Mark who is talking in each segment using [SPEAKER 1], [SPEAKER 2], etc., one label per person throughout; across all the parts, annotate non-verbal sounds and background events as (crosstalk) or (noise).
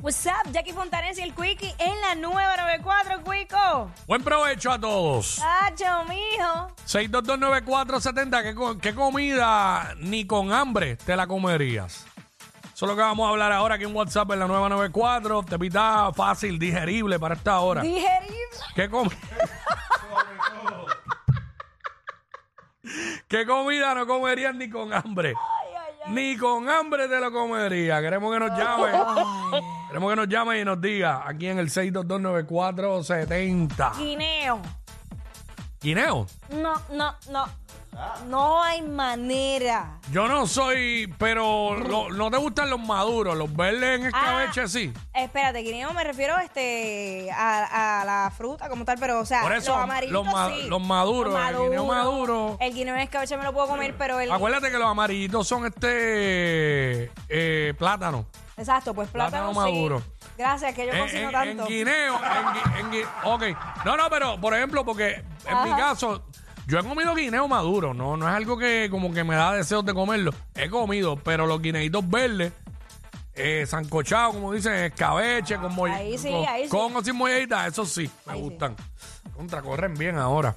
[SPEAKER 1] What's up, Jackie Fontanes y el Quickie en la nueva 94, Quico.
[SPEAKER 2] Buen provecho a todos.
[SPEAKER 1] Hacho, mijo.
[SPEAKER 2] 6229470, ¿qué, co- ¿qué comida ni con hambre te la comerías? Eso es lo que vamos a hablar ahora aquí en WhatsApp en la 994. Te pita fácil, digerible para esta hora.
[SPEAKER 1] Digerible.
[SPEAKER 2] ¿Qué comida? ¿Qué comida no comerías ni con hambre? Ni con hambre te lo comería. Queremos que nos llame. Queremos que nos llame y nos diga aquí en el 6229470.
[SPEAKER 1] Guineo.
[SPEAKER 2] Guineo.
[SPEAKER 1] No, no, no. No hay manera.
[SPEAKER 2] Yo no soy, pero lo- no te gustan los maduros, los verdes
[SPEAKER 1] Ah.
[SPEAKER 2] en escabeche, sí.
[SPEAKER 1] Espérate, guineo me refiero este, a, a la fruta como tal, pero o sea,
[SPEAKER 2] Por eso,
[SPEAKER 1] los amarillitos
[SPEAKER 2] los ma-
[SPEAKER 1] sí.
[SPEAKER 2] los maduros,
[SPEAKER 1] Los
[SPEAKER 2] el guineo maduro.
[SPEAKER 1] El guineo en escabeche me lo puedo comer, pero el...
[SPEAKER 2] Acuérdate que los amarillitos son este eh, plátano.
[SPEAKER 1] Exacto, pues plátano,
[SPEAKER 2] Plátano
[SPEAKER 1] sí.
[SPEAKER 2] maduro.
[SPEAKER 1] Gracias, que yo
[SPEAKER 2] En,
[SPEAKER 1] cocino
[SPEAKER 2] en-
[SPEAKER 1] tanto.
[SPEAKER 2] en guineo, en, gui- en gui- ok. No, no, pero por ejemplo, porque en mi caso, yo he comido guineo maduro, no, no es algo que como que me da deseos de comerlo. He comido, pero los guineitos verdes, eh, sancochados, como dicen, escabeche, con molle-
[SPEAKER 1] Ahí sí,
[SPEAKER 2] con,
[SPEAKER 1] ahí sí.
[SPEAKER 2] con o sin mollejitas, eso sí, me
[SPEAKER 1] Ahí sí.
[SPEAKER 2] gustan. Contra, corren bien ahora.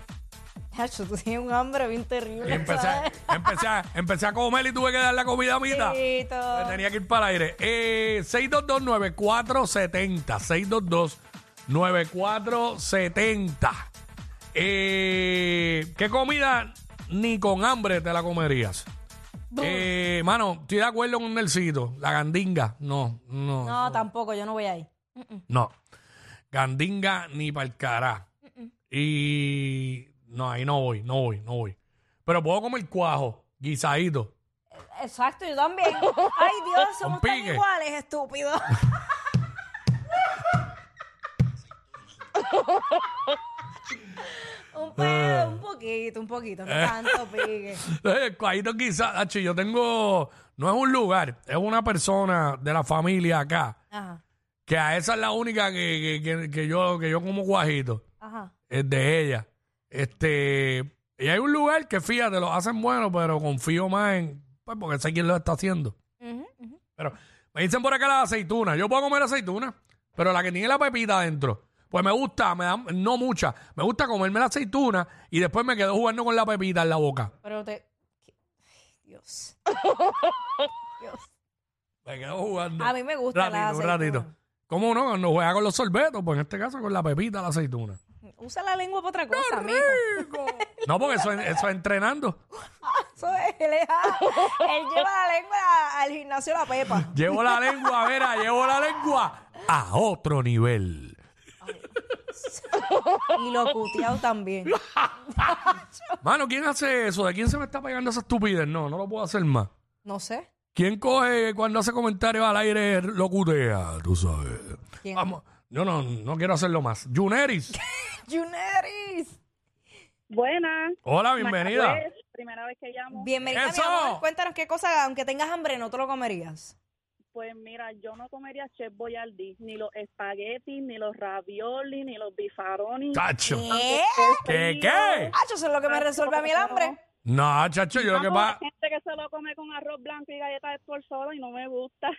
[SPEAKER 1] Hacho, tú tienes un hambre bien
[SPEAKER 2] Y
[SPEAKER 1] terrible.
[SPEAKER 2] empecé,
[SPEAKER 1] ¿sabes?
[SPEAKER 2] empecé, a- empecé a comer y tuve que dar la comida a mitad.
[SPEAKER 1] Chiquito.
[SPEAKER 2] Me tenía que ir para el aire. Eh, 622-9470. 622-9470. Eh, ¿Qué comida ni con hambre te la comerías? Eh, mano, estoy de acuerdo con Nelsito. La gandinga, no, no, no.
[SPEAKER 1] No, tampoco, yo no voy ahí.
[SPEAKER 2] Gandinga ni para el cará. Y no, ahí no voy, no voy, no voy. Pero puedo comer cuajo, guisadito. (laughs)
[SPEAKER 1] Exacto, yo también. Ay, Dios, somos
[SPEAKER 2] Un
[SPEAKER 1] tan
[SPEAKER 2] pique.
[SPEAKER 1] iguales, estúpido. (laughs) un pe- un poquito, un poquito, no tanto pique.
[SPEAKER 2] Eh, Cuajito quizás, Hacho, yo tengo, no es un lugar, es una persona de la familia acá,
[SPEAKER 1] Ajá,
[SPEAKER 2] que a esa es la única que, que- que- que yo, que yo como cuajito,
[SPEAKER 1] ajá.
[SPEAKER 2] es de ella. Este, y hay un lugar que fíjate, lo hacen bueno, pero confío más en, pues porque sé quién lo está haciendo.
[SPEAKER 1] Ujú, ujú.
[SPEAKER 2] Pero me dicen por acá la aceituna. Yo puedo comer aceituna, pero la que tiene la pepita adentro. Pues me gusta, me da, no mucha. Me gusta comerme la aceituna y después me quedo jugando con la pepita en la boca.
[SPEAKER 1] Pero te. ¿qué? Ay, Dios. Dios.
[SPEAKER 2] Me quedo jugando.
[SPEAKER 1] A mí me gusta
[SPEAKER 2] ratito,
[SPEAKER 1] la
[SPEAKER 2] un
[SPEAKER 1] aceituna.
[SPEAKER 2] ratito. ¿Cómo no? Cuando juega con los sorbetos, pues en este caso con la pepita, la aceituna.
[SPEAKER 1] Usa la lengua para otra cosa, amigo.
[SPEAKER 2] No, porque eso, es- eso es entrenando.
[SPEAKER 1] (laughs) Eso es, él, es- él lleva la lengua a- al gimnasio La Pepa.
[SPEAKER 2] Llevo la lengua, Vera, llevo la lengua a otro nivel.
[SPEAKER 1] Y lo cuteado también.
[SPEAKER 2] Mano, ¿quién hace eso? ¿De quién se me está pegando esa estupidez? No, no lo puedo hacer más.
[SPEAKER 1] No sé.
[SPEAKER 2] ¿Quién coge cuando hace comentarios al aire lo cutea? Tú sabes.
[SPEAKER 1] ¿Quién?
[SPEAKER 2] Vamos. Yo no, no quiero hacerlo más. Juneris.
[SPEAKER 1] Juneris.
[SPEAKER 3] Buenas.
[SPEAKER 2] Hola, bienvenida.
[SPEAKER 3] Mayagüez, Pues, primera vez que llamo.
[SPEAKER 1] Bienvenida, mi
[SPEAKER 2] ¡Eso!
[SPEAKER 1] amor. Cuéntanos qué cosa, aunque tengas hambre, no te lo comerías.
[SPEAKER 3] Pues mira, yo no comería Chef Boyardee, ni los espaguetis, ni los ravioli, ni los bifaroni.
[SPEAKER 2] Chacho.
[SPEAKER 1] ¿Qué?
[SPEAKER 2] ¿Qué qué?
[SPEAKER 1] Hacho, eso es Ah, lo que me resuelve a mí el hambre.
[SPEAKER 2] No, chacho, yo lo que
[SPEAKER 3] Hay
[SPEAKER 2] pasa.
[SPEAKER 3] gente que se lo come con arroz blanco y galletas de por solo y no me gusta.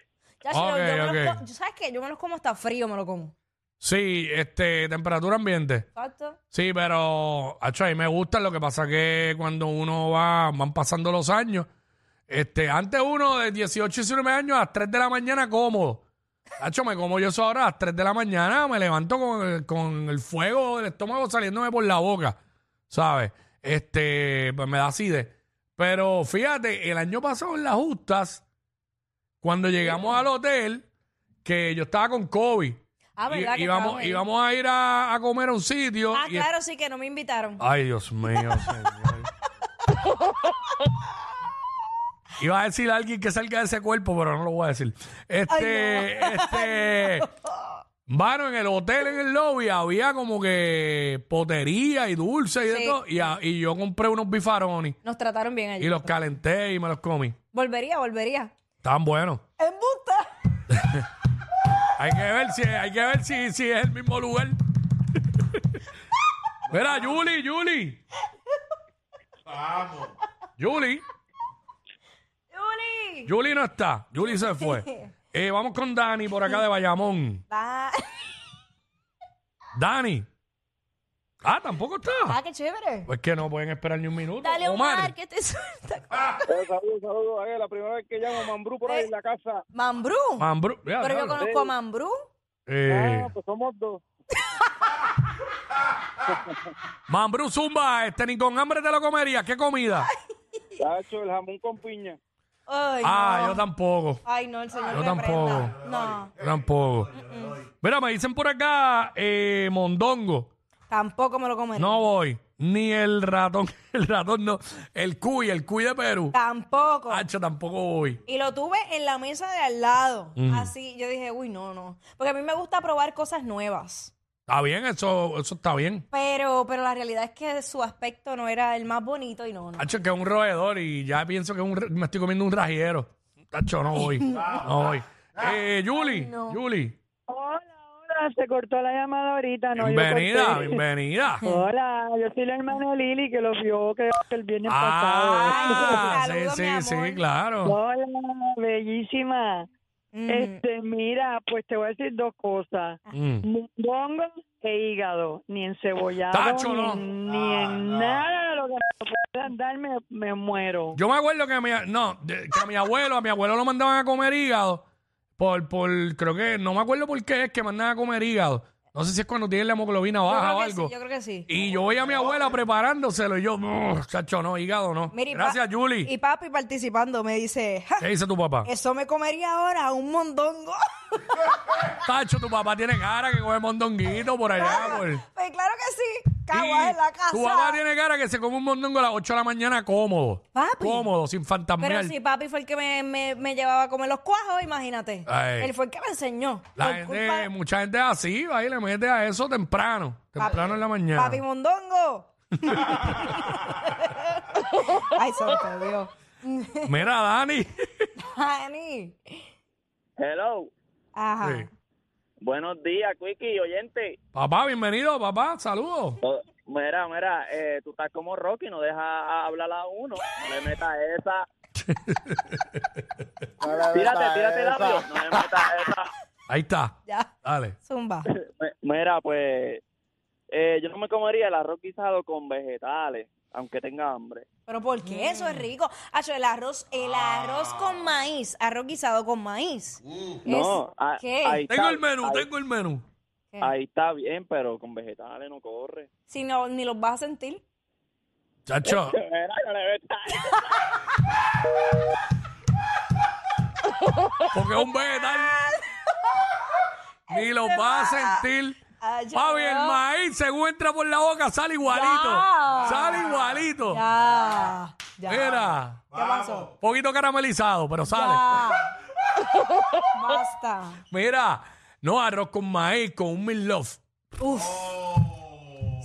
[SPEAKER 1] Chacho, yo- yo,
[SPEAKER 2] Ok,
[SPEAKER 1] me los
[SPEAKER 2] ok.
[SPEAKER 1] co- yo- ¿Sabes qué? Yo me los como hasta frío, me lo como.
[SPEAKER 2] Sí, este, temperatura ambiente.
[SPEAKER 1] Exacto.
[SPEAKER 2] Sí, pero acho, a mí me gusta. Lo que pasa que cuando uno va, van pasando los años, este, antes uno de 18 y 19 años a las 3 de la mañana cómodo. Acho, me como yo eso ahora a las 3 de la mañana, me levanto con el, con el fuego del estómago saliéndome por la boca, ¿sabes? Este, pues me da acidez. Pero fíjate, el año pasado en las justas, cuando llegamos al hotel, que yo estaba con COVID,
[SPEAKER 1] Ah,
[SPEAKER 2] y-
[SPEAKER 1] ¿verdad? que
[SPEAKER 2] íbamos,
[SPEAKER 1] estaba ahí?
[SPEAKER 2] íbamos a ir a, a comer a un sitio.
[SPEAKER 1] Ah,
[SPEAKER 2] y- Ah.
[SPEAKER 1] claro, sí, que no me invitaron.
[SPEAKER 2] Ay, Dios mío, señor. Iba a decir a alguien que salga de ese cuerpo, pero no lo voy a decir. Este, este. Mano, en el hotel, en el lobby, había como que potería y dulce y de
[SPEAKER 1] Sí.
[SPEAKER 2] todo. Y, a- y yo compré unos bifarones
[SPEAKER 1] Nos trataron bien allí.
[SPEAKER 2] y los calenté y me los comí.
[SPEAKER 1] Volvería, volvería.
[SPEAKER 2] Estaban buenos.
[SPEAKER 1] ¡Embusta!
[SPEAKER 2] Hay que ver si, hay que ver si, si es el mismo lugar. Mira, Yuli, Yuli. Vamos. Yuli.
[SPEAKER 1] ¡Juli!
[SPEAKER 2] Yuli no está. Yuli
[SPEAKER 1] (laughs)
[SPEAKER 2] se fue. Eh, vamos con Dani por acá de Bayamón.
[SPEAKER 1] Va.
[SPEAKER 2] Dani. Ah, tampoco está.
[SPEAKER 1] ¡Ah, qué chévere!
[SPEAKER 2] Pues que no pueden esperar ni un minuto.
[SPEAKER 1] Dale, Omar,
[SPEAKER 2] Omar. Ah.
[SPEAKER 1] que te suelta.
[SPEAKER 4] Eh, Saludos, saludos. Es la primera vez que llamo a Mambrú por ahí en la casa.
[SPEAKER 1] Eh, Mambrú.
[SPEAKER 2] Mambrú. Ya,
[SPEAKER 1] Pero yo
[SPEAKER 2] claro.
[SPEAKER 1] conozco a Mambrú.
[SPEAKER 2] Eh,
[SPEAKER 4] Ah, pues somos
[SPEAKER 2] (laughs)
[SPEAKER 4] dos.
[SPEAKER 2] Mambrú Zumba, este ni con hambre te lo comerías. ¿Qué comida?
[SPEAKER 4] Tacho, el jamón con piña.
[SPEAKER 1] Ay,
[SPEAKER 2] Ah,
[SPEAKER 1] no.
[SPEAKER 2] yo tampoco.
[SPEAKER 1] Ay, no, el señor
[SPEAKER 2] Ah, Yo
[SPEAKER 1] me
[SPEAKER 2] tampoco.
[SPEAKER 1] prenda. No,
[SPEAKER 2] Yo tampoco. Mira, me dicen por acá eh, Mondongo.
[SPEAKER 1] tampoco me lo comería.
[SPEAKER 2] No voy. Ni el ratón. (laughs) El ratón no. El cuy, el cuy de Perú.
[SPEAKER 1] Tampoco.
[SPEAKER 2] Hacha, tampoco voy.
[SPEAKER 1] Y lo tuve en la mesa de al lado. Así, yo dije, uy, no, no. Porque a mí me gusta probar cosas nuevas.
[SPEAKER 2] Está bien, eso, eso está bien.
[SPEAKER 1] Pero, pero la realidad es que su aspecto no era el más bonito y no, no.
[SPEAKER 2] Hacho, que es un roedor y ya pienso que es un re- me estoy comiendo un rajero. Hacho, no voy. No voy. Eh, Yuli, Yuli.
[SPEAKER 4] Hola, hola. Se cortó la llamada ahorita, ¿no?
[SPEAKER 1] (laughs)
[SPEAKER 2] Bienvenida, bienvenida.
[SPEAKER 4] Hola, yo soy la hermana de Lili que lo vio que el viernes
[SPEAKER 2] Ah,
[SPEAKER 1] Ay, (laughs) saludos,
[SPEAKER 2] sí,
[SPEAKER 1] mi
[SPEAKER 2] sí, sí,
[SPEAKER 1] amor.
[SPEAKER 2] claro.
[SPEAKER 4] Hola, bellísima.
[SPEAKER 1] Mm.
[SPEAKER 4] Este, mira, pues te voy a decir dos cosas.
[SPEAKER 2] Mm.
[SPEAKER 4] Mondongo e hígado, ni en cebollado,
[SPEAKER 2] Tacho,
[SPEAKER 4] ni,
[SPEAKER 2] no.
[SPEAKER 4] en- ni en nada de lo que me puedan dar, me, me muero.
[SPEAKER 2] Yo me acuerdo que a mi, no, de- que a mi abuelo, a mi abuelo lo mandaban a comer hígado. Por, por, creo que, no me acuerdo por qué es que mandaban a comer hígado. No sé si es cuando tienen la hemoglobina
[SPEAKER 1] Yo
[SPEAKER 2] baja
[SPEAKER 1] creo
[SPEAKER 2] o
[SPEAKER 1] que
[SPEAKER 2] algo.
[SPEAKER 1] sí, yo creo que sí.
[SPEAKER 2] Y yo veía a mi abuela preparándoselo y yo, no, chacho, no, hígado no.
[SPEAKER 1] Mira, y pa-
[SPEAKER 2] Gracias, Yuli.
[SPEAKER 1] Y Eh, papi participando me dice, "Ja,
[SPEAKER 2] ¿Qué dice tu papá?
[SPEAKER 1] eso me comería ahora un mondongo.
[SPEAKER 2] Tacho, tu papá tiene cara que come mondonguito por allá. Por...
[SPEAKER 1] (laughs) pues claro que sí. Caguas
[SPEAKER 2] Y
[SPEAKER 1] en la casa.
[SPEAKER 2] Tu papá tiene cara que se come un mondongo a las 8 de la mañana cómodo.
[SPEAKER 1] Papi.
[SPEAKER 2] Cómodo, sin
[SPEAKER 1] Pero
[SPEAKER 2] fantasmear.
[SPEAKER 1] si papi fue el que me, me- me llevaba a comer los cuajos, imagínate.
[SPEAKER 2] Ay.
[SPEAKER 1] Él fue el que me enseñó.
[SPEAKER 2] la
[SPEAKER 1] Por
[SPEAKER 2] gente,
[SPEAKER 1] culpa de-
[SPEAKER 2] mucha gente es así, va y le mete a eso temprano. Temprano en la mañana.
[SPEAKER 1] Papi Mondongo. (laughs) Ay, santo Dios.
[SPEAKER 2] (laughs) Mira, Dani.
[SPEAKER 1] Dani.
[SPEAKER 4] Hello,
[SPEAKER 1] Ajá.
[SPEAKER 2] Sí.
[SPEAKER 4] buenos días, Quickie, oyente.
[SPEAKER 2] Papá, bienvenido, papá. Saludos.
[SPEAKER 4] Oh, Mira, mira, eh, tú estás como Rocky, no deja a- hablar a uno. No le metas (laughs) esa. tírate, tírate el labio. No le metas esa.
[SPEAKER 2] Ahí está.
[SPEAKER 1] Ya.
[SPEAKER 2] Dale.
[SPEAKER 1] Zumba.
[SPEAKER 4] Me- Mira, pues eh, yo no me comería el arroz guisado con vegetales, aunque tenga hambre.
[SPEAKER 1] Pero ¿por qué eso es rico? Hacho, el arroz, el arroz con maíz, arroz guisado con maíz.
[SPEAKER 4] No, a-
[SPEAKER 1] Es- ¿qué?
[SPEAKER 4] ahí
[SPEAKER 2] Tengo
[SPEAKER 4] está,
[SPEAKER 2] el menú,
[SPEAKER 4] ahí,
[SPEAKER 2] tengo el menú.
[SPEAKER 1] ¿Qué?
[SPEAKER 4] ahí está bien, pero con vegetales no corre.
[SPEAKER 1] Si no, ni los vas a sentir.
[SPEAKER 2] Chacho.
[SPEAKER 4] Mira, no le metas.
[SPEAKER 2] Porque es
[SPEAKER 1] (laughs)
[SPEAKER 2] un vegetal. Ni lo vas a sentir.
[SPEAKER 1] Ay, ya
[SPEAKER 2] Papi,
[SPEAKER 1] veo.
[SPEAKER 2] el maíz, según entra por la boca, sale igualito.
[SPEAKER 1] Ya.
[SPEAKER 2] Sale igualito.
[SPEAKER 1] Ya. Ya.
[SPEAKER 2] Mira,
[SPEAKER 1] ¿Qué pasó?
[SPEAKER 2] poquito caramelizado, pero sale.
[SPEAKER 1] Ya. Basta.
[SPEAKER 2] Mira, no arroz con maíz, con un meatloaf.
[SPEAKER 1] Uf.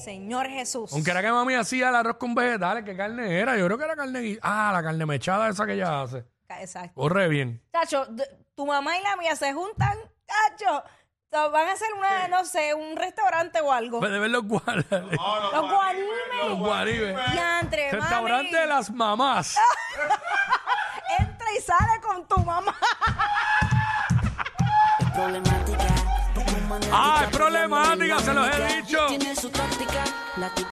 [SPEAKER 1] Señor Jesús.
[SPEAKER 2] Aunque era que mami hacía el arroz con vegetales, ¿qué carne era? Yo creo que era carne... gui- Ah, la carne mechada esa que ella hace.
[SPEAKER 1] Exacto.
[SPEAKER 2] Corre bien.
[SPEAKER 1] Chacho, d- tu mamá y la mía se juntan, chacho. so- Van a hacer una, no sé, un restaurante o algo.
[SPEAKER 2] Pues de ver los guarales.
[SPEAKER 1] Los
[SPEAKER 2] Los
[SPEAKER 1] guaribes.
[SPEAKER 2] guaribes.
[SPEAKER 1] Y entre, mami.
[SPEAKER 2] Restaurante de las mamás.
[SPEAKER 1] Entra y sale con tu mamá.
[SPEAKER 5] Problemática.
[SPEAKER 2] Ah, es problemática, se los he dicho.
[SPEAKER 5] Tiene su táctica. La tipa